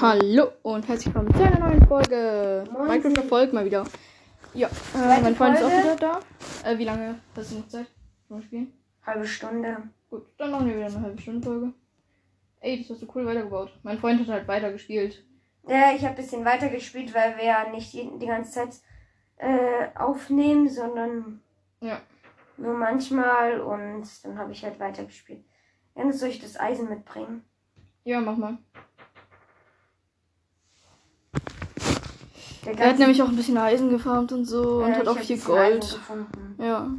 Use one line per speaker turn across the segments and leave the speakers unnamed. Hallo und herzlich willkommen zu einer neuen Folge.
Moin.
Minecraft verfolgt mal wieder. Ja, äh,
Zweite
mein Freund ist auch
Folge.
wieder da. Äh, wie lange hast du noch Zeit zum Spielen?
Halbe Stunde.
Gut, dann machen wir wieder eine halbe Stunde Folge. Ey, das hast du cool weitergebaut. Mein Freund hat halt weitergespielt.
Ja, ich habe ein bisschen weiter gespielt, weil wir ja nicht jeden- die ganze Zeit äh, aufnehmen, sondern
Ja.
nur manchmal und dann habe ich halt weitergespielt. Ernst, soll ich das Eisen mitbringen?
Ja, mach mal.
Der
Er hat nämlich auch ein bisschen Eisen gefarmt und so und
äh,
hat
ich
auch
hab
viel
ein bisschen Eisen
Gold.
gefunden.
Ja.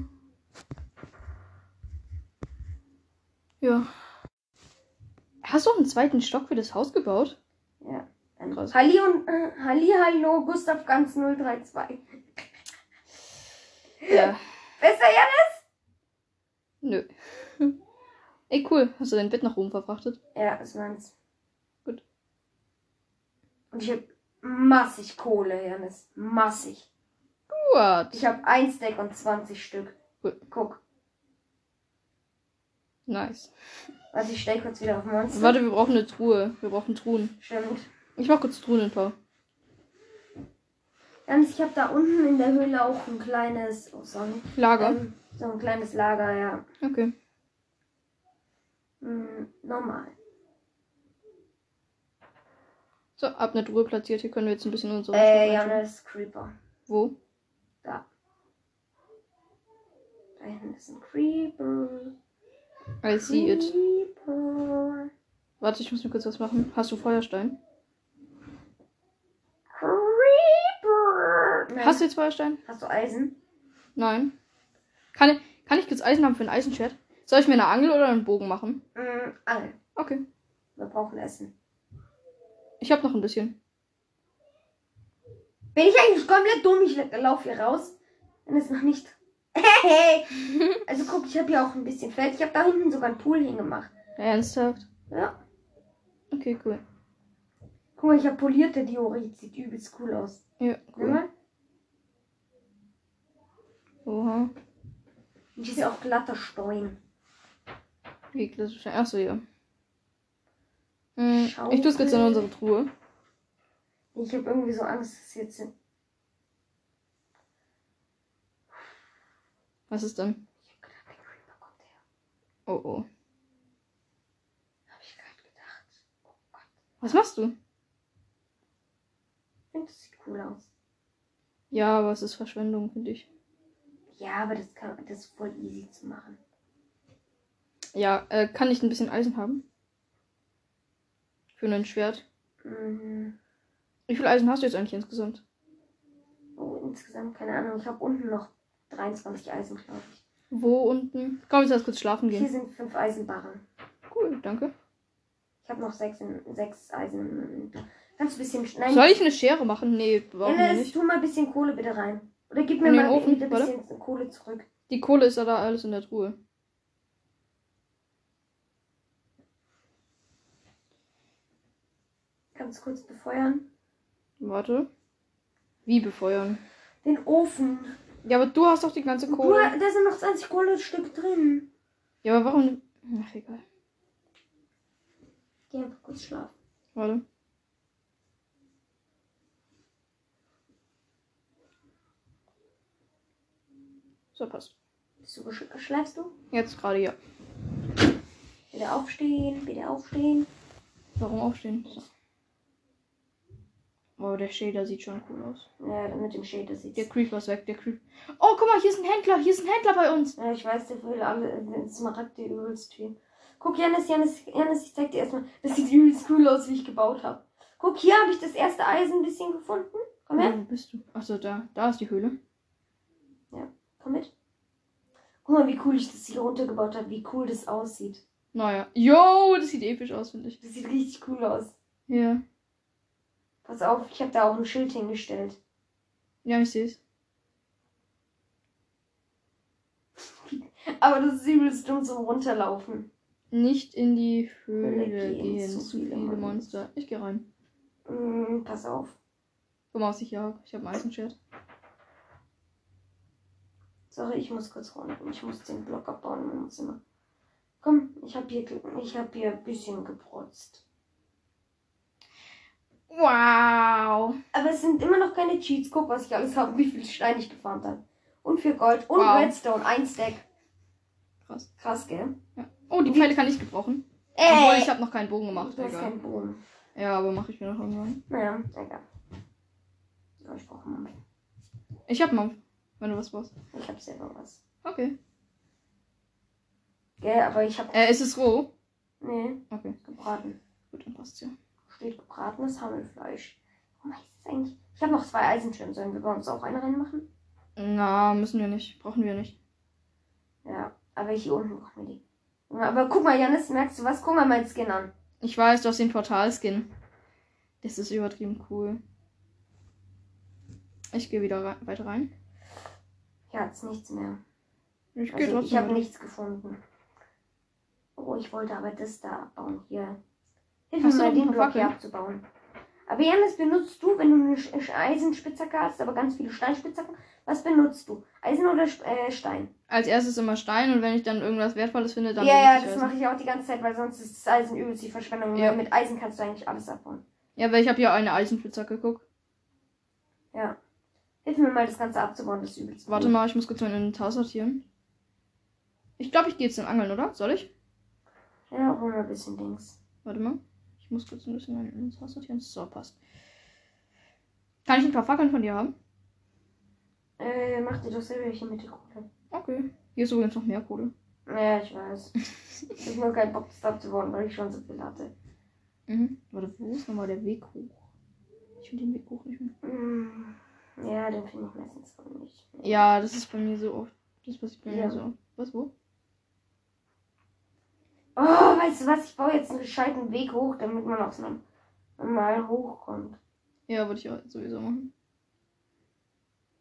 Ja. Hast du auch einen zweiten Stock für das Haus gebaut?
Ja. Ähm,
Krass.
Halli und äh, Halli, hallo, Gustav ganz 032.
Ja.
Besser ja
Nö. Ey, cool. Hast du dein Bett nach oben verfrachtet?
Ja, ist meins.
Gut.
Und ich habe massig Kohle, Janis. Massig.
What?
Ich habe ein Stack und 20 Stück.
Cool.
Guck.
Nice.
Warte, ich stell kurz wieder auf Monster.
Warte, wir brauchen eine Truhe. Wir brauchen Truhen.
Stimmt.
Ich mach kurz Truhen in Pau.
Janis, ich habe da unten in der Höhle auch ein kleines. Oh, sorry.
Lager.
Ähm, so ein kleines Lager, ja.
Okay.
Hm, normal.
So, ab eine Truhe platziert. Hier können wir jetzt ein bisschen unsere.
Äh,
Sachen einstellen.
Janis, Creeper.
Wo?
Da hinten ist ein Creeper.
I see it.
Creeper.
Warte, ich muss mir kurz was machen. Hast du Feuerstein?
Creeper. Nein.
Hast du jetzt Feuerstein?
Hast du Eisen?
Nein. Kann ich, kann ich kurz Eisen haben für ein Eisenschwert? Soll ich mir eine Angel oder einen Bogen machen?
Hm, alle.
Okay.
Wir brauchen Essen.
Ich habe noch ein bisschen.
Bin ich eigentlich komplett dumm? Ich laufe hier raus. Wenn es noch nicht. Hey! Also guck, ich habe hier auch ein bisschen Feld. Ich habe da hinten sogar einen Pool hingemacht.
Ernsthaft?
Ja.
Okay, cool.
Guck mal, ich habe polierte Diorit. Sieht übelst cool aus.
Ja,
Guck
cool.
mal.
Oha.
Und hier ist ja auch glatter Stein.
Wie klassisch. Achso, ja. Hm,
Schaufel.
ich tue es jetzt in unsere Truhe.
Ich habe irgendwie so Angst, dass jetzt. Ich
Was ist denn?
hab gedacht, der Creeper kommt her.
Oh oh.
Hab ich gerade gedacht. Oh Gott.
Was machst du?
Ich finde, das sieht cool aus.
Ja, aber es ist Verschwendung, finde ich.
Ja, aber das, kann, das ist voll easy zu machen.
Ja, äh, kann ich ein bisschen Eisen haben? Für ein Schwert.
Mhm.
Wie viel Eisen hast du jetzt eigentlich insgesamt?
Oh, insgesamt, keine Ahnung. Ich habe unten noch 23 Eisen, glaube ich.
Wo unten? Komm, jetzt lass kurz schlafen
Hier
gehen.
sind fünf Eisenbarren.
Cool, danke.
Ich habe noch sechs, in, sechs Eisen. Kannst du ein bisschen schneiden?
Soll ich eine Schere machen? Nee, brauchen wir nicht.
tu mal ein bisschen Kohle bitte rein. Oder gib mir
In den
mal
Ofen,
bitte ein
warte.
bisschen Kohle zurück.
Die Kohle ist ja da alles in der Truhe.
Kannst du kurz befeuern?
Warte. Wie befeuern?
Den Ofen.
Ja, aber du hast doch die ganze Kohle.
Nur, da sind noch 20 Kohlestück drin.
Ja, aber warum? Ach, egal.
Geh einfach kurz schlafen.
Warte. So, passt.
Bist du geschl schläfst du?
Jetzt gerade ja.
Wieder aufstehen, wieder aufstehen.
Warum aufstehen? So. Wow, der Shader sieht schon cool aus.
Ja, mit dem Schädel sieht's.
Der Creeper ist weg, der Creep. Oh, guck mal, hier ist ein Händler, hier ist ein Händler bei uns.
Ja, ich weiß, der will alle Smaragde übelst viel. Guck, Janis, Janis, Janis, ich zeig dir erstmal. Das sieht übelst cool aus, wie ich gebaut habe. Guck, hier habe ich das erste Eisen ein bisschen gefunden. Komm her,
Wo bist du? Achso, da, da ist die Höhle.
komm mit. Guck mal, wie cool ich das hier runtergebaut habe, wie cool das aussieht.
Naja. Yo, das sieht episch aus, finde ich.
Das sieht richtig cool aus.
Ja.
Pass auf, ich habe da auch ein Schild hingestellt.
Ja, ich sehe es.
Aber das ist übelst dumm zum Runterlaufen.
Nicht in die
Höhle
Höhle
gehen,
gehen.
zu
Zu
viele
viele Monster. Ich gehe rein.
Hm, pass auf.
Guck mal, was ich hier habe. Ich habe ein Eisenschwert.
Sorry, ich muss kurz runter. Ich muss den Block abbauen in meinem Zimmer. Komm, ich habe hier, ich hab hier ein bisschen geprotzt.
Wow.
Aber es sind immer noch keine Cheats. Guck, was ich alles habe, wie viel Steine ich gefarmt habe. Und für Gold und
Wow.
Redstone, ein Stack.
Krass.
Krass, gell?
Ja. Oh, die Pfeile kann ich gebrauchen. Obwohl, ich habe noch keinen Bogen gemacht,
du hast
Digga.
keinen Bogen.
Ja, aber mache ich mir noch irgendwann.
Naja, egal. Aber ich brauche mal mehr.
Ich hab Mampf, wenn du was brauchst.
Ich habe selber was.
Okay.
Gell, aber ich habe...
Äh, ist es roh?
Nee,
Okay.
gebraten.
Gut, dann passt ja.
Steht gebratenes Hammelfleisch. Warum heißt es eigentlich? Ich habe noch zwei Eisenschirme. Sollen wir bei uns auch einen reinmachen?
Na, müssen wir nicht. Brauchen wir nicht.
Ja, aber hier unten brauchen wir die. Aber guck mal, Janis, merkst du was? Guck mal meinen Skin an.
Ich weiß, du hast den Portalskin. Das ist übertrieben cool. Ich gehe wieder rein, weiter rein.
Hier hat's nichts mehr.
Ich gehe
Also, ich
trotzdem
habe
weiter.
nichts gefunden. Oh, ich wollte aber das da abbauen. Hier. Hilf
Hast du
mir
noch
mal,
ein
den
paar
Block hier
Fackeln?
abzubauen. Aber Janis, benutzt du, wenn du eine Sch- Sch- Eisenspitzhacke hast, aber ganz viele Steinspitzhacken, was benutzt du? Eisen oder Sch- äh, Stein?
Als erstes immer Stein und wenn ich dann irgendwas Wertvolles finde, dann.
ja,
benutze
ja,
ich
das
Eisen.
mache ich auch die ganze Zeit, weil sonst ist das Eisen übelst die Verschwendung.
Ja.
Weil Mit Eisen kannst du eigentlich alles abbauen.
Ja, weil ich habe ja eine Eisenspitzhacke. Guck.
Ja. Hilf mir mal, das Ganze abzubauen, das ist übelst.
Warte
cool.
mal, ich muss kurz mein Inventar sortieren. Ich glaube, ich gehe jetzt zum Angeln, oder? Soll ich?
Ja, hol mal ein bisschen Dings.
Warte mal. Ich muss kurz ein bisschen mein Inventar sortieren. So, passt. Kann ich ein paar Fackeln von dir haben?
Äh, mach dir doch selber welche mit der Kohle.
Okay. Hier ist übrigens noch mehr Kohle.
Ja, ich weiß. ich hab nur keinen Bock, das abzubauen, weil ich schon so viel hatte.
Mhm. Warte, wo ist nochmal der Weg hoch? Ich will den Weg hoch nicht mehr.
Mm, Ja, den finde ich meistens auch nicht.
Ja, das ist bei mir so oft. Das passiert bei
Ja.
mir so oft. Was, wo?
Oh, weißt du was? Ich baue jetzt einen gescheiten Weg hoch, damit man auch so mal hochkommt.
Ja, würde ich auch sowieso machen.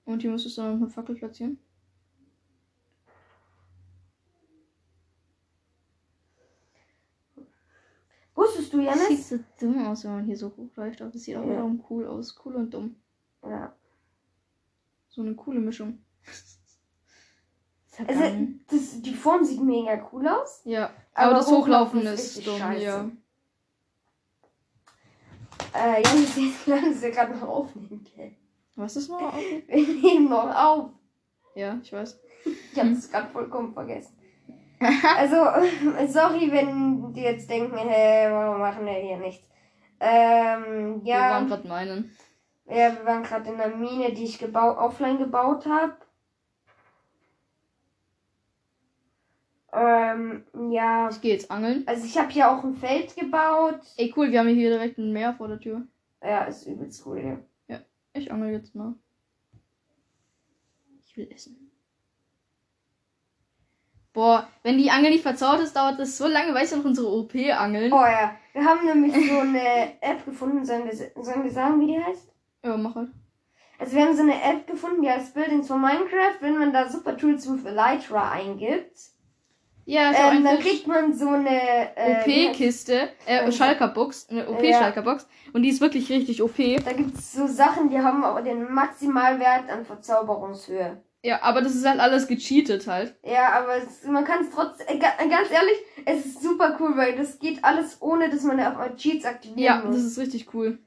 Und hier müsstest du dann noch eine Fackel platzieren.
Wusstest du,
Das sieht
Janis?
so dumm aus, wenn man hier so hochläuft, aber es sieht auch
Ja.
wiederum cool aus. Cool und dumm.
Ja.
So eine coole Mischung. Ist ja
Also,
geil.
das, die Form sieht mega cool aus.
ja, aber,
aber
das Hochlaufen
Hochlaufen ist
ist,
richtig
dumm,
scheiße.
ja.
Äh, Janis, jetzt lernen sie gerade noch aufnehmen, gell?
Was ist noch? Okay.
Wir nehmen noch auf.
Ja, ich weiß.
Ich habe
Hm.
es gerade vollkommen vergessen. Also, sorry, wenn die jetzt denken, hey, warum machen wir hier nichts? Ähm, ja.
Wir waren gerade meinen.
Ja, wir waren gerade in der Mine, die ich gebau offline gebaut habe. Ähm, ja.
Ich gehe jetzt angeln.
Also ich habe hier auch ein Feld gebaut.
Ey, cool, wir haben hier direkt ein Meer vor der Tür.
Ja, ist übelst cool. Ja.
Ich angel jetzt mal. Ich will essen. Boah, wenn die Angel nicht verzaut ist, dauert das so lange, weißt du noch unsere OP-Angeln?
Oh ja, wir haben nämlich so eine App gefunden. Sollen wir, sollen wir sagen, wie die heißt?
Ja, mach halt.
Also wir haben so eine App gefunden, die heißt Buildings for Minecraft. Wenn man da Super Tools with Elytra eingibt,
Ja, ich hab
ähm, dann
einfach
kriegt man so eine... Äh, wie heißt-
OP-Kiste, äh,
Ähm,
Schalkerbox, eine
ja.
OP-Schalkerbox. Und die ist wirklich richtig OP.
Da gibt es so Sachen, die haben aber den Maximalwert an Verzauberungshöhe.
Ja, aber das ist halt alles gecheatet halt.
Ja, aber es, man kann es trotzdem, äh, ga- ganz ehrlich, es ist super cool, weil das geht alles ohne, dass man auf einmal Cheats aktivieren
Ja, das
muss.
ist richtig cool.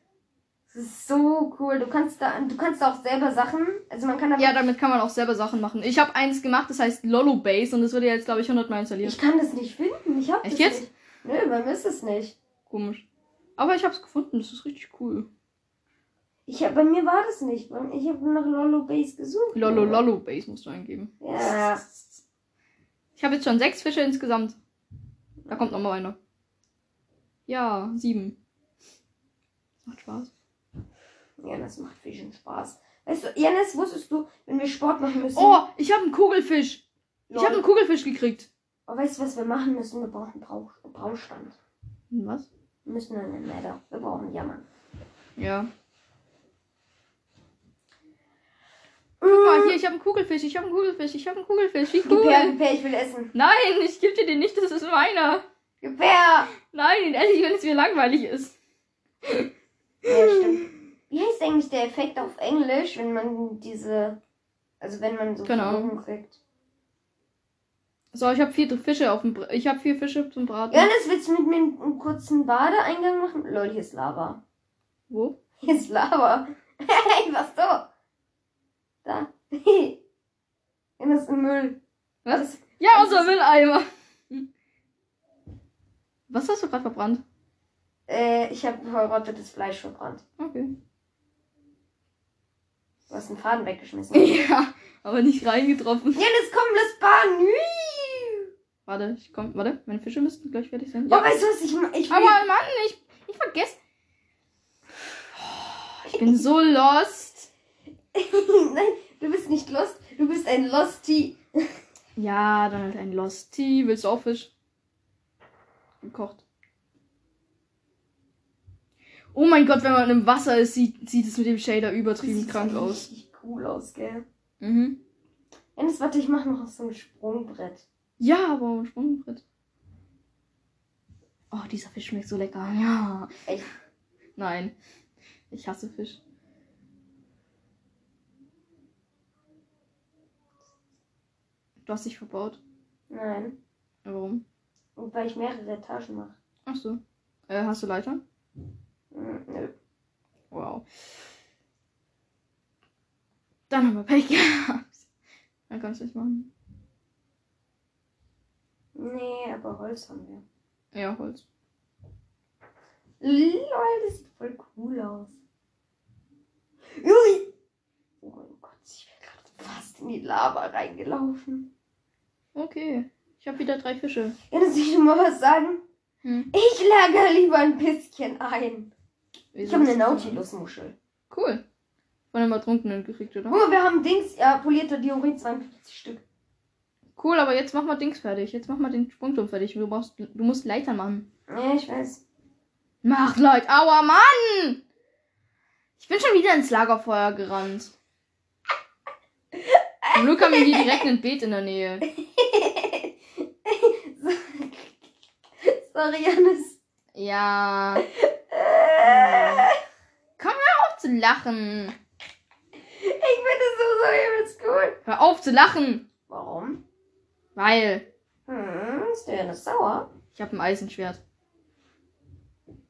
Das ist so cool. Du kannst da, du kannst da auch selber Sachen, also man kann da,
Ja, damit kann man auch selber Sachen machen. Ich habe eins gemacht, das heißt Lolo Base und das wurde jetzt, glaube ich, 100 Mal installiert.
ich kann das nicht finden. Ich hab
Echt
das
jetzt?
nicht. Nö, bei mir ist es nicht.
Komisch. Aber ich habe es gefunden, das ist richtig cool.
Ich hab, bei mir war das nicht. Bei- Ich habe nach Lolo Base gesucht.
Lolo Lolo Base musst du eingeben.
Ja.
Ich habe jetzt schon sechs Fische insgesamt. Da kommt nochmal einer. Ja, sieben. Macht Spaß.
Ja, das macht viel schon Spaß. Weißt du, Janis, wusstest du, wenn wir Sport machen müssen?
Oh, ich habe einen Kugelfisch. Ich habe
Lol.
einen Kugelfisch gekriegt.
Aber weißt du, was wir machen müssen? Wir brauchen Brauch, Brauchstand.
Was?
Wir müssen einen Nether. Wir brauchen Jammern. Hm.
Ja. Guck
Mm,
mal, hier, ich habe einen Kugelfisch, ich habe einen Kugelfisch, ich habe einen Kugelfisch. Wie
Gib her,
cool.
gib her, ich will essen.
Nein, ich gebe dir den nicht, das ist meiner.
Gib her!
Nein, den esse ich, wenn es mir langweilig ist.
Ja, stimmt. Wie heißt eigentlich der Effekt auf Englisch, wenn man diese. Also wenn man so
Keine
viel
Ahnung.
Blumen kriegt?
So, ich habe vier Fische auf dem Br Ich habe vier Fische zum Braten.
Johannes, willst du mit mir einen, einen kurzen Badeeingang machen? Lol, hier ist Lava.
Wo?
Hier ist Lava. Hey, was so? Da. In das Müll.
Was? Ja,
Das
unser
ist-
Mülleimer. Was hast du gerade verbrannt?
Äh, ich habe verrottetes Fleisch verbrannt.
Okay.
Du hast einen Faden weggeschmissen. Janis,
Ja, aber nicht reingetroffen.
komm, lass baden. Hui.
Warte, ich komm. Warte, meine Fische müssten gleich fertig sein.
Oh, weißt du was? Ich, ich will...
Aber Mann, ich, ich vergesse. Ich bin so lost.
Nein, du bist nicht lost. Du bist ein Losty.
Ja, dann halt ein Losty. Willst du auch Fisch? Gekocht. Oh mein Gott, wenn man im Wasser ist, sieht, sieht es mit dem Shader übertrieben krank
so
aus.
richtig cool aus, gell?
Mhm.
Janis, warte, ich mache noch so ein Sprungbrett.
Ja, aber ein Sprungbrett. Oh, dieser Fisch schmeckt so lecker. Ja.
Echt?
Nein. Ich hasse Fisch. Du hast dich verbaut.
Nein,
Warum?
weil ich mehrere Etagen mache.
Ach so. Äh, hast du Leitern?
Hm, nö.
Wow. Dann haben wir Pech gehabt. Dann kannst du es machen.
Nee, aber Holz haben wir.
Ja, Holz.
Lol, das sieht voll cool aus. Ui. Oh mein Gott, ich bin gerade fast in die Lava reingelaufen.
Okay. Ich habe wieder drei Fische.
Ja, das will ich mal was sagen.
Hm.
Ich lager lieber ein bisschen ein. Ich habe eine Nautilus-Muschel.
Cool. Von einem Ertrunkenen gekriegt,
Guck
oder?
mal, wir haben Dings, ja, polierte Diorit 52 Stück.
Cool, aber jetzt mach mal Dings fertig. Jetzt mach mal den Sprungturm fertig. Du, brauchst, du musst Leitern machen.
Ja, ich weiß.
Mach Leute. Aua, Mann! Ich bin schon wieder ins Lagerfeuer gerannt. Zum Glück haben wir hier direkt ein Beet in der Nähe.
Sorry, Janis.
Ja.
Äh,
Auf zu lachen.
ich finde es so, so übelst cool.
Hör auf zu lachen,
Warum?
weil
Hm, ist der Janis sauer?
ich habe ein Eisenschwert.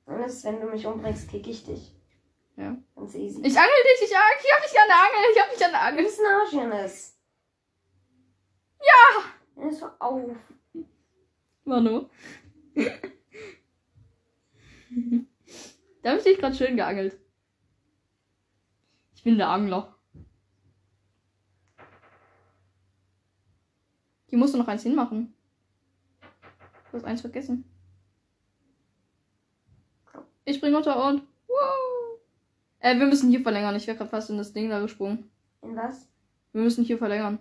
Janis, wenn du mich umbringst, kick ich dich.
Ja.
Ganz easy.
Ich angel dich, ich, ang- ich habe dich an der Angel, ich habe dich an der
Du
Angel.
bist ein Arsch, Janis. Ja! Janis, hör auf.
Manu. da hab ich dich gerade schön geangelt. Ich bin der Angler. Hier musst du noch eins hinmachen. Du hast eins vergessen. Ich spring runter und. Wow. Äh, wir müssen hier verlängern. Ich wäre gerade fast in das Ding da gesprungen.
In was?
Wir müssen hier verlängern.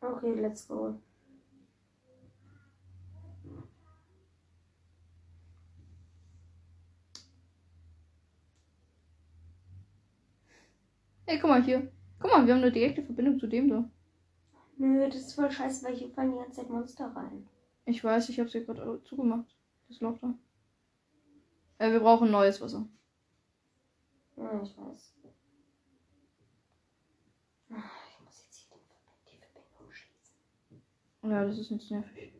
Okay, let's go.
Ey, guck mal hier. Guck mal, wir haben eine direkte Verbindung zu dem da.
Nö, das ist voll scheiße, weil hier fallen die ganze Zeit Monster rein.
Ich weiß, ich hab's hier gerade zugemacht. Das Loch da. Äh, wir brauchen neues Wasser.
Ja, ich weiß. Ah, Ich muss jetzt hier den Verbind- die Verbindung schließen.
Ja, das ist jetzt nervig.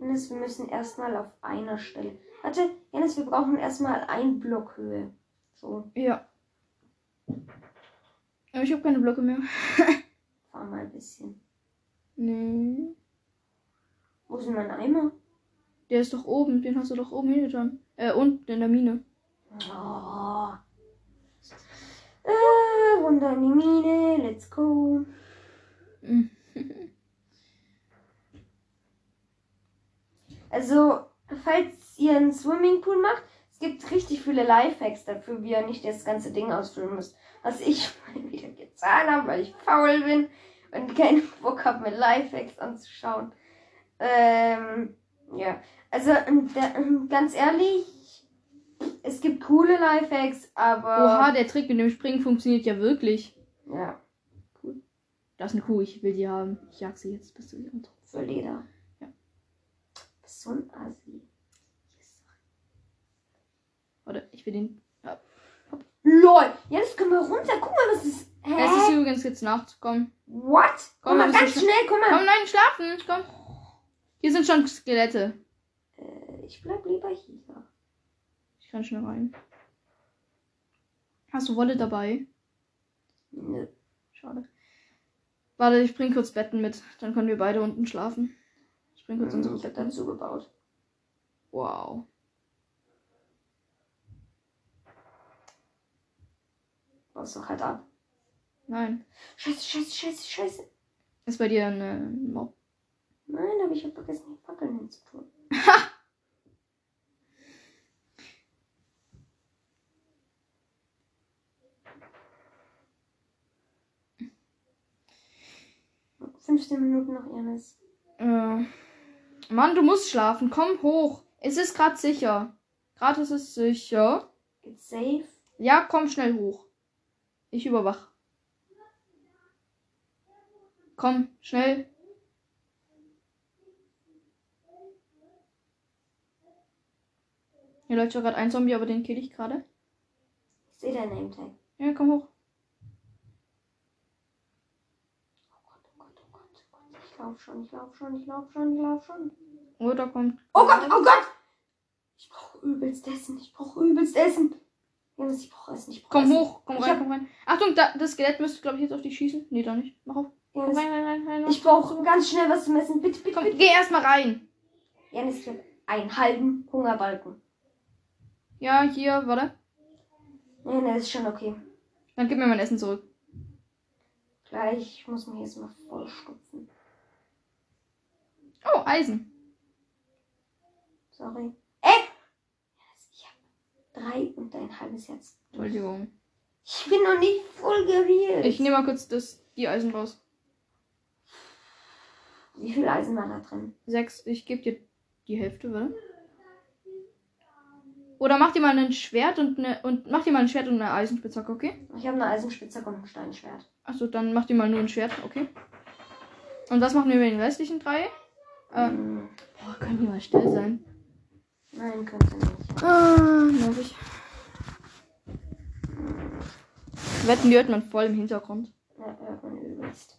Janis, wir müssen erstmal auf einer Stelle. Warte, Janis, wir brauchen erstmal ein Block Höhe. So,
Ja. Aber ich habe keine Blöcke mehr.
fahr mal ein bisschen.
Nee.
Wo ist denn mein Eimer?
Der ist doch oben. Den hast du doch oben hingetan. Äh, unten in der Mine.
Oh. Äh, runter in die Mine, let's go.
Mhm.
Also, falls ihr einen Swimmingpool macht, es gibt richtig viele Lifehacks dafür, wie ihr nicht das ganze Ding ausfüllen müsst. Was ich mal wieder getan habe, weil ich faul bin und keinen Bock habe, mir Lifehacks anzuschauen. Ähm, ja. Also, ähm, da, ähm, ganz ehrlich, es gibt coole Lifehacks,
Oha,
aber.
der Trick mit dem Springen funktioniert ja wirklich.
Ja,
Das ist eine Kuh. Ich will die haben. Ich jag sie jetzt bis zu ihrem Tod.
für Leder.
Ja.
Bist so ein Assi.
Oder ich will den. Ja.
LOL! Ja, das können wir runter. Guck mal, was ist. Hä?
Es ist übrigens jetzt nachts. Komm.
What?
Komm, wir
Komm mal
müssen
ganz
schn-
schnell, komm mal.
Komm, nein, schlafen. Komm. Hier sind schon Skelette.
Äh, Ich bleib lieber hier.
Ich kann schnell rein. Hast du Wolle dabei?
Nö.
Schade. Warte, ich bring kurz Betten mit. Dann können wir beide unten schlafen. Ich bring kurz unsere
Ich hab
Betten.
dazu gebaut.
Wow.
Baust doch halt ab.
Nein.
Scheiße, scheiße, scheiße, scheiße.
Ist bei dir eine Mob.
Nein, aber ich hab vergessen, die Fackeln hinzutun. Ha! 15 Minuten noch, Ernest.
Äh. Mann, du musst schlafen. Komm hoch. Es ist gerade sicher. Gerade ist es sicher.
It's safe.
Ja, komm schnell hoch. Ich überwach. Komm, schnell. Hier läuft ja gerade ein Zombie, aber den kill ich gerade.
Ich sehe dein Name Tag.
Ja, komm hoch.
Oh Gott, oh Gott, oh Gott, oh Gott. Ich lauf schon, ich lauf schon, ich lauf schon, ich lauf schon.
Oh, da kommt.
Oh Gott, oh Gott! Ich brauche übelst Essen, ich brauche übelst Essen. Jonas, ich brauche Essen, ich brauche
Komm
Essen.
hoch, komm
Ich
rein,
hab-
komm rein. Achtung, da, das Skelett müsste, glaube ich, jetzt auf dich schießen. Nee, da nicht. Mach auf. Komm
Jonas,
rein, rein, rein, rein.
ich brauche ganz schnell was zum Essen. Bitte, bitte,
Komm,
bitte.
geh erstmal rein.
Jonas, ich habe einen halben Hungerbalken.
Ja, hier, warte.
Nee, nee, ist schon okay.
Dann gib mir mein Essen zurück.
Gleich ich muss mich jetzt mal vollstopfen.
Oh, Eisen.
Sorry. Ey! Jonas, ich habe drei und ein halbes Herz.
Entschuldigung.
Ich bin noch nicht voll gereelt.
Ich nehme mal kurz das, die Eisen raus.
Wie viel Eisen war da drin?
Sechs. Ich gebe dir die Hälfte, warte. Oder mach dir mal ein Schwert und eine und mach dir mal ein Schwert und eine Eisenspitzhacke, okay?
Ich habe eine Eisenspitzhacke und ein Steinschwert.
Achso, dann mach dir mal nur ein Schwert, okay? Und was machen wir mit den restlichen drei? Äh,
Mm,
boah, können die mal still sein?
Nein, könnte nicht.
Ah, nerv ich. Wetten, die hört man voll im Hintergrund.
Ja, äh, hört man übelst.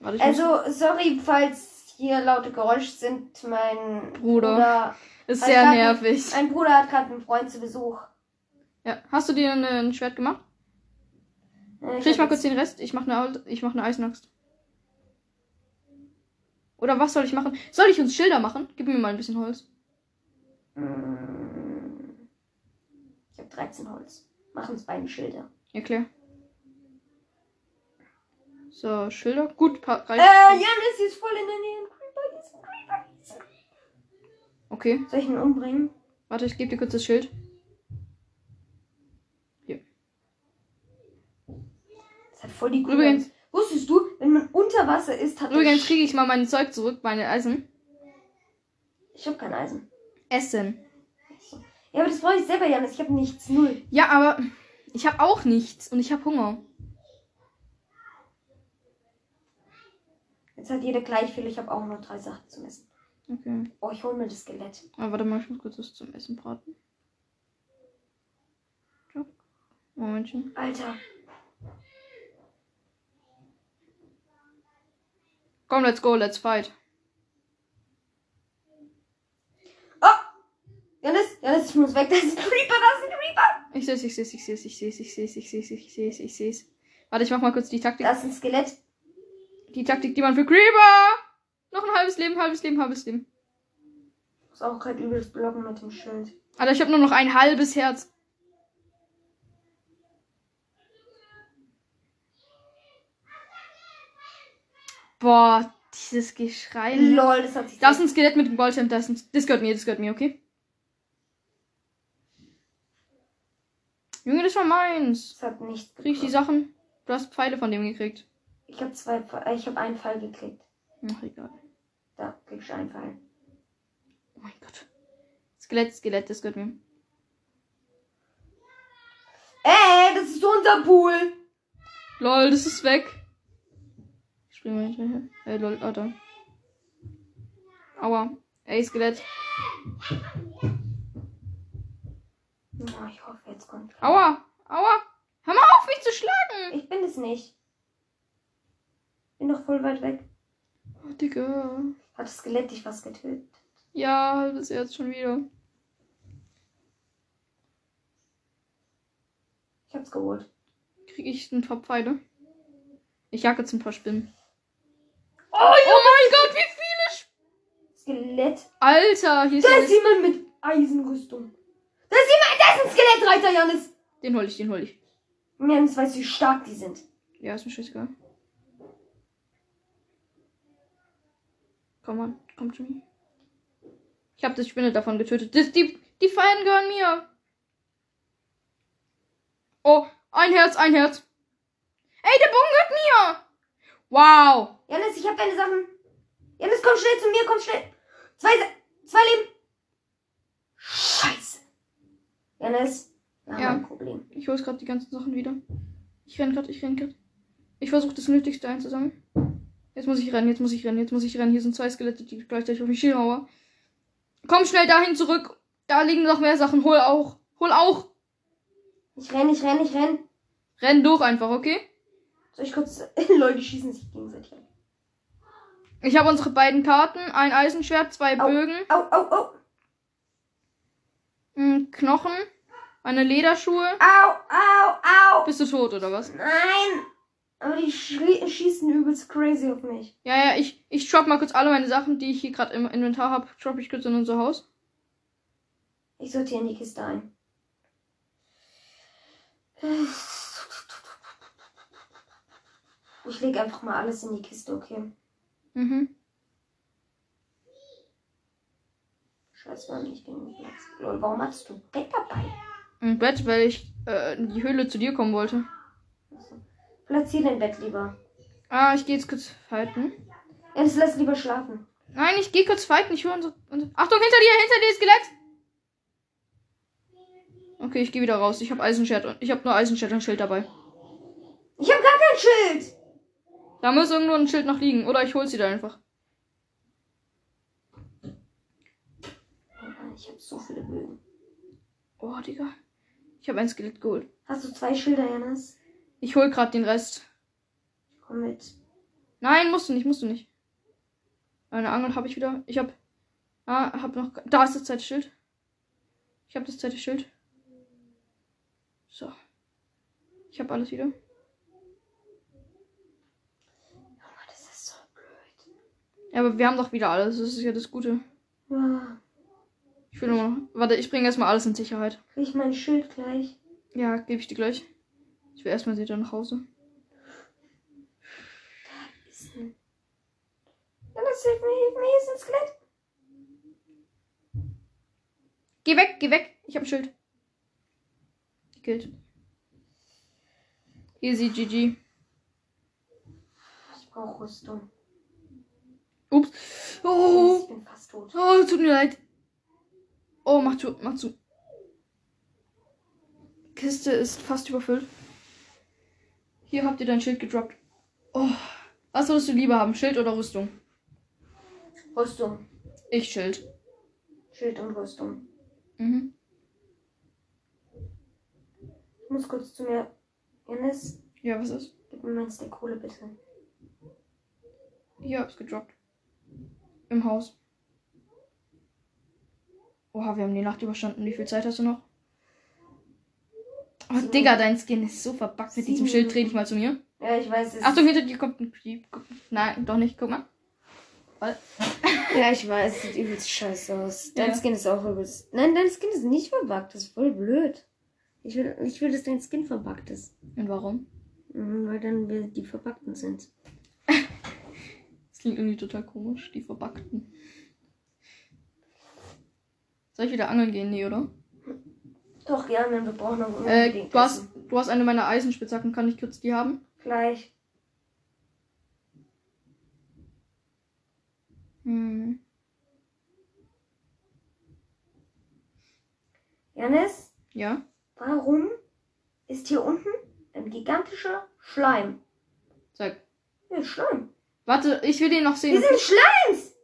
Warte, ich muss,
Also, sorry, falls hier laute Geräusche sind. Mein
Bruder.
Bruder.
ist
also
sehr
dann-
nervig.
Mein Bruder hat gerade einen Freund zu Besuch.
Ja, hast du dir ein, ein Schwert gemacht?
Äh,
Krieg ich mal
hab
kurz den Rest. Ich mach eine, Aul- ich mach eine Eisenaxt. Oder was soll ich machen? Soll ich uns Schilder machen? Gib mir mal ein bisschen Holz.
jetzt- Mm, Ich habe 13 Holz. Mach uns beiden Schilder.
Ja, klar. So, Schilder. Gut, pa-
Äh,
reicht.
Janis ist voll in der Nähe. Ein Creeper, hier ist ein Creeper, hier ist ein Creeper.
Okay,
Soll ich ihn umbringen?
warte, ich gebe dir kurz das Schild.
Das hat voll die Kuh.
Übrigens-
Wusstest du, wenn man unter Wasser ist, hat
Übrigens
man.
kriege ich mal mein Zeug zurück, meine Eisen.
Ich habe kein Eisen.
Essen.
Ja, aber das brauche ich selber, Janis. Ich habe nichts. Null.
Ja, aber ich habe auch nichts und ich habe Hunger.
Jetzt hat jeder gleich viel. Ich habe auch nur drei Sachen zum Essen.
Okay.
Oh, ich hole mir das Skelett.
Ah, warte mal, ich muss kurz was zum Essen braten. Job. Momentchen.
Alter.
Komm, let's go, let's fight.
Janis, Janis, ich muss weg. Da ist ein Creeper, da ist ein Creeper.
Ich seh's, ich seh's, ich seh's, ich seh's, ich seh's, ich seh's, ich seh's, ich seh's. Warte, ich mach mal kurz die Taktik.
Da ist ein Skelett.
Die Taktik, die man für Creeper! Noch ein halbes Leben, halbes Leben, halbes Leben.
Muss auch gerade übelst blocken mit dem Schild.
Alter, ich habe nur noch ein halbes Herz. Boah, dieses Geschrei.
Lol, das hat sich.
Da ist ein Skelett mit dem Goldschirm, das, ist ein- das gehört mir, das gehört mir, okay? Junge, das war meins.
das hat nichts.
Krieg ich die
gebracht.
Sachen? Du hast Pfeile von dem gekriegt.
Ich habe zwei. Pfe- äh, Ich habe einen Fall gekriegt.
Ach, egal.
Da kriegst du einen Fall.
Oh mein Gott. Skelett, Skelett, das gehört mir.
Ey, das ist unser Pool.
Lol, das ist weg. Ich spring mal hinterher. Äh, lol, oh, da. Aua. Ey, Skelett.
Oh, ich hoffe, jetzt kommt.
Aua. Aua. Hör mal auf, mich zu schlagen.
Ich bin es nicht. Bin doch voll weit weg.
Oh, Digga.
Hat das Skelett dich was getötet?
Ja, halbes Erz schon wieder.
Ich hab's geholt.
Krieg ich ein paar Pfeile? Ich jag jetzt ein paar Spinnen.
Oh, ja.
Oh mein Gott, wie viel?
Skelett.
Alter, hier ist
Da ist
alles.
jemand mit Eisenrüstung. Da ist jemand, da ist ein Skelettreiter, Janis.
Den hol ich, den hol ich.
Janis weiß, wie stark die sind.
Ja, ist mir scheißegal. Komm on, komm zu mir. Ich habe die Spinne davon getötet. Das, die, die Fallen gehören mir. Oh, ein Herz, ein Herz. Ey, der Bogen gehört mir. Wow.
Janis, ich hab deine Sachen. Janis, komm schnell zu mir, komm schnell. Zwei, Sa- zwei Leben. Scheiße. Janis, wir haben
Ja.
ein Problem.
Ich hole gerade die ganzen Sachen wieder. Ich renn grad, ich renn grad. Ich versuche das Nötigste einzusammeln. Jetzt muss ich rennen, jetzt muss ich rennen, jetzt muss ich rennen. Hier sind zwei Skelette, die gleichzeitig auf mich Schildmauer. Komm schnell dahin zurück. Da liegen noch mehr Sachen. Hol auch. Hol auch.
Ich renn, ich renn, ich renn.
Renn durch einfach, okay?
Soll ich kurz. Leute, die schießen sich gegenseitig an.
Ich habe unsere beiden Karten. Ein Eisenschwert, zwei
Au.
Bögen,
Au, au, au.
ein hm, Knochen, meine Lederschuhe.
Au, au, au.
Bist du tot oder was?
Nein. Aber die schrie- schießen übelst crazy auf mich.
Ja, ja, ich, ich drop mal kurz alle meine Sachen, die ich hier gerade im Inventar habe, drop ich kurz in unser Haus.
Ich sortiere in die Kiste ein. Ich lege einfach mal alles in die Kiste, okay?
Mhm.
Scheiße, wir haben nicht genug Platz. Lol, warum hattest du ein Bett dabei?
Im Bett, weil ich äh, in die Höhle zu dir kommen wollte.
Also, platzier dein Bett lieber.
Ah, ich gehe jetzt kurz fighten.
Jetzt lass lieber schlafen.
Nein, ich gehe kurz fighten. Ich höre unsere, unsere. Achtung, hinter dir, hinter dir, Skelett! Okay, ich gehe wieder raus. Ich habe Eisenschwert und ich habe nur Eisenschwert und Schild dabei.
Ich habe gar kein Schild!
Da muss irgendwo ein Schild noch liegen. Oder ich hol sie da einfach.
Alter, Ich habe so viele Bögen.
Oh, Digga. Ich habe ein Skelett geholt.
Hast du zwei Schilder, Janis?
Ich hol gerade den Rest.
Komm mit.
Nein, musst du nicht, musst du nicht. Meine Angel habe ich wieder. Ich habe. Ah, hab noch. Da ist das zweite Schild. Ich habe das zweite Schild. So. Ich habe alles wieder.
Junge, das ist so blöd.
Ja, aber wir haben doch wieder alles. Das ist ja das Gute.
Ja,
Ich will nur noch. Warte, ich bringe erstmal alles in Sicherheit.
krieg ich mein Schild gleich.
Ja, gebe ich dir gleich. Ich will erstmal wieder nach Hause.
Ist ein- Janis, hilf mir, hilf mir, hier ist ein Skelett.
Geh weg, geh weg. Ich habe ein Schild. Gilt. Easy, GG.
Ich brauche Rüstung.
Ups. Oh.
Ich bin fast tot.
Oh, tut mir leid. Oh, mach zu, mach zu. Kiste ist fast überfüllt. Hier habt ihr dein Schild gedroppt. Oh, was würdest du lieber haben, Schild oder Rüstung?
Rüstung.
Ich Schild.
Schild und Rüstung.
Mhm.
Ich muss kurz zu mir. Janis,
Ja, was ist?
gib mir meins der Kohle bitte.
Hier hab's gedroppt. Im Haus. Oha, wir haben die Nacht überstanden. Wie viel Zeit hast du noch? Oh,
Sieben.
Digga, dein Skin ist so verbuggt mit diesem
Sieben.
Schild. Dreh dich mal zu mir.
Ja, ich weiß es.
Achtung, hinter dir kommt ein Creep. Guck- Nein, doch nicht. Guck mal.
Ja, ich weiß, sieht übelst scheiße aus. Dein
Ja.
Skin ist auch übelst. Nein, dein Skin ist nicht verbuggt, das ist voll blöd. Ich will, ich will dass dein Skin verbuggt ist.
Und warum?
Mhm, Weil dann wir die Verpackten sind.
Das klingt irgendwie total komisch, die verbackten. Soll ich wieder angeln gehen? Nee, oder?
Doch, ja, wir brauchen noch
Äh, du, hast, du hast eine meiner Eisenspitzhacken, kann ich kurz die haben?
Gleich.
Hm.
Janis,
Ja?
warum ist hier unten ein gigantischer Schleim?
Zeig.
Ja, Schleim.
Warte, ich will den noch
Wir
sehen.
sind Schleims!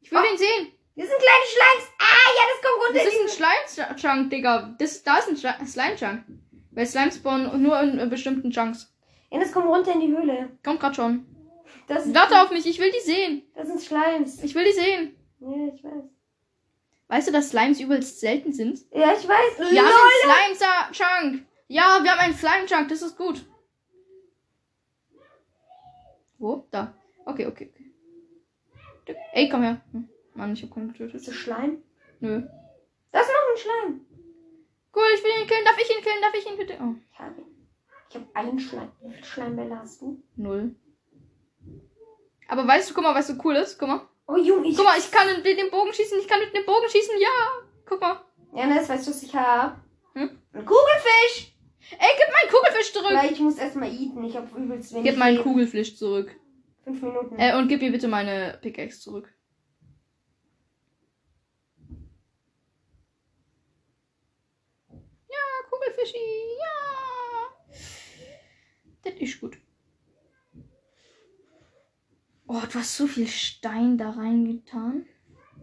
Ich
Ah!
will den sehen.
Wir sind kleine Schleims! Ah, Janis, komm runter!
Das ist ein Slime-Chunk, Digga. Das, da ist ein Schla- Slime-Chunk. Weil Slimes spawnen nur in äh, bestimmten Chunks.
Janis, komm runter in die Höhle.
Kommt grad schon.
Das,
Warte auf mich, ich will die sehen.
das sind Schleims.
Ich will die sehen.
Ja, ich weiß.
Weißt du, dass Slimes übelst selten sind?
Ja, ich weiß.
Wir haben
Lol.
einen Slime-Chunk. Ja, wir haben einen Slime-Chunk. Das ist gut. Wo? Da. Okay, okay, okay. Tück. Ey, komm her. Hm. Mann, ich hab keinen
Ist das
getötet.
Schleim?
Nö.
Das ist noch ein Schleim.
Cool, ich will ihn killen. Darf ich ihn killen? Darf ich ihn bitte? Oh,
Ich habe ihn. Ich habe einen Schleim. Wie viele Schleimbälle hast du?
null. Aber weißt du, guck mal, was so cool ist? Guck mal.
Oh, Junge, ich.
Guck mal, ich kann mit dem Bogen schießen. Ich kann mit dem Bogen schießen. Ja. Guck mal.
Ja, ne, das weißt du, was ich habe?
Hm?
Ein Kugelfisch!
Ey, gib meinen Kugelfisch zurück.
Weil ich muss erstmal eaten. Ich habe übelst wenig.
Gib meinen
Leben.
Kugelfisch zurück.
Fünf Minuten.
Äh, und gib mir bitte meine Pickaxe zurück. Ja, Kugelfischi, ja. Das ist gut. Oh, du hast so viel Stein da reingetan.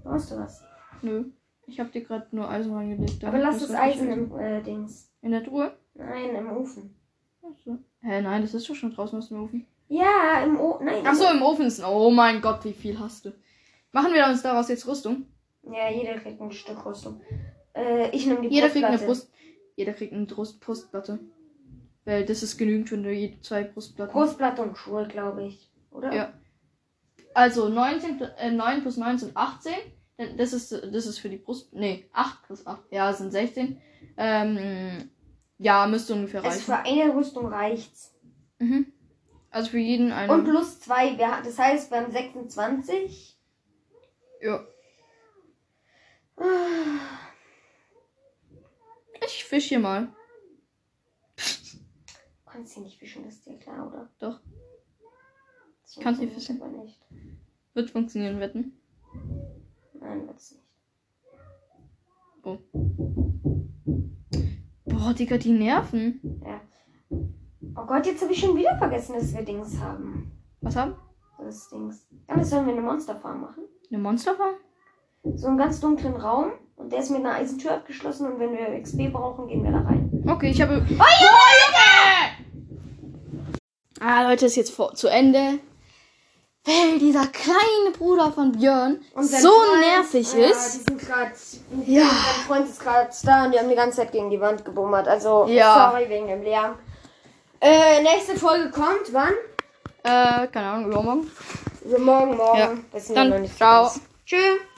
Brauchst du was?
Nö, ich hab dir gerade nur Eisen reingelegt.
Aber lass das Eisen
in,
im äh, Dings.
in der Truhe.
Nein, im Ofen.
Achso. Hä, nein, das ist doch schon draußen aus dem Ofen.
Ja, im Ofen. Nein. im
Achso, im Ofen ist. Oh mein Gott, wie viel hast du? Machen wir uns daraus jetzt Rüstung?
Ja, jeder kriegt ein Stück Rüstung. Äh, ich nehme die
Jeder kriegt eine
Brustplatte.
Brust. Jeder kriegt eine Brust Brustplatte. Weil das ist genügend, wenn du je zwei Brustplatten.
Brustplatte und Schuhe, glaube ich. Oder?
Ja. Also 19, pl- äh, 9 plus 9 sind 18. Denn Das ist, das ist für die Brust. Nee, 8 plus 8. Ja, sind 16. Ähm, ja, müsste ungefähr reichen.
Also für eine Rüstung reicht's.
Mhm. Also für jeden eine.
Und plus zwei. Wir, das heißt, wir haben 26.
ja.
Ah,
Ich fisch hier mal.
Kannst hier nicht fischen, ist dir klar, oder?
Doch.
Das
Kannst nicht
funktioniert Aber nicht.
Wird funktionieren, wetten.
Nein, wird's nicht.
Boah, Digga, die Nerven.
Oh Gott, jetzt habe ich schon wieder vergessen, dass wir Dings haben.
Was haben?
Das Dings. Ja, das sollen wir eine Monsterfarm machen.
Eine Monsterfarm?
So einen ganz dunklen Raum. Und der ist mit einer Eisentür abgeschlossen. Und wenn wir XP brauchen, gehen wir da rein.
Okay, ich
Oh,
habe. Oh, Ah, Leute, ist jetzt vor, zu Ende. Weil dieser kleine Bruder von Björn
sein
so
Freund-
nervig
ja,
ist.
Die sind grad,
Ja.
Mein Freund ist gerade da und die haben die ganze Zeit gegen die Wand gebummert. Also,
Ja.
sorry wegen dem Lärm. Äh, nächste Folge kommt wann?
Äh, keine Ahnung, übermorgen.
Also morgen, morgen.
Ja.
Wissen wir noch
Dann,
nicht.
ciao.
Tschüss.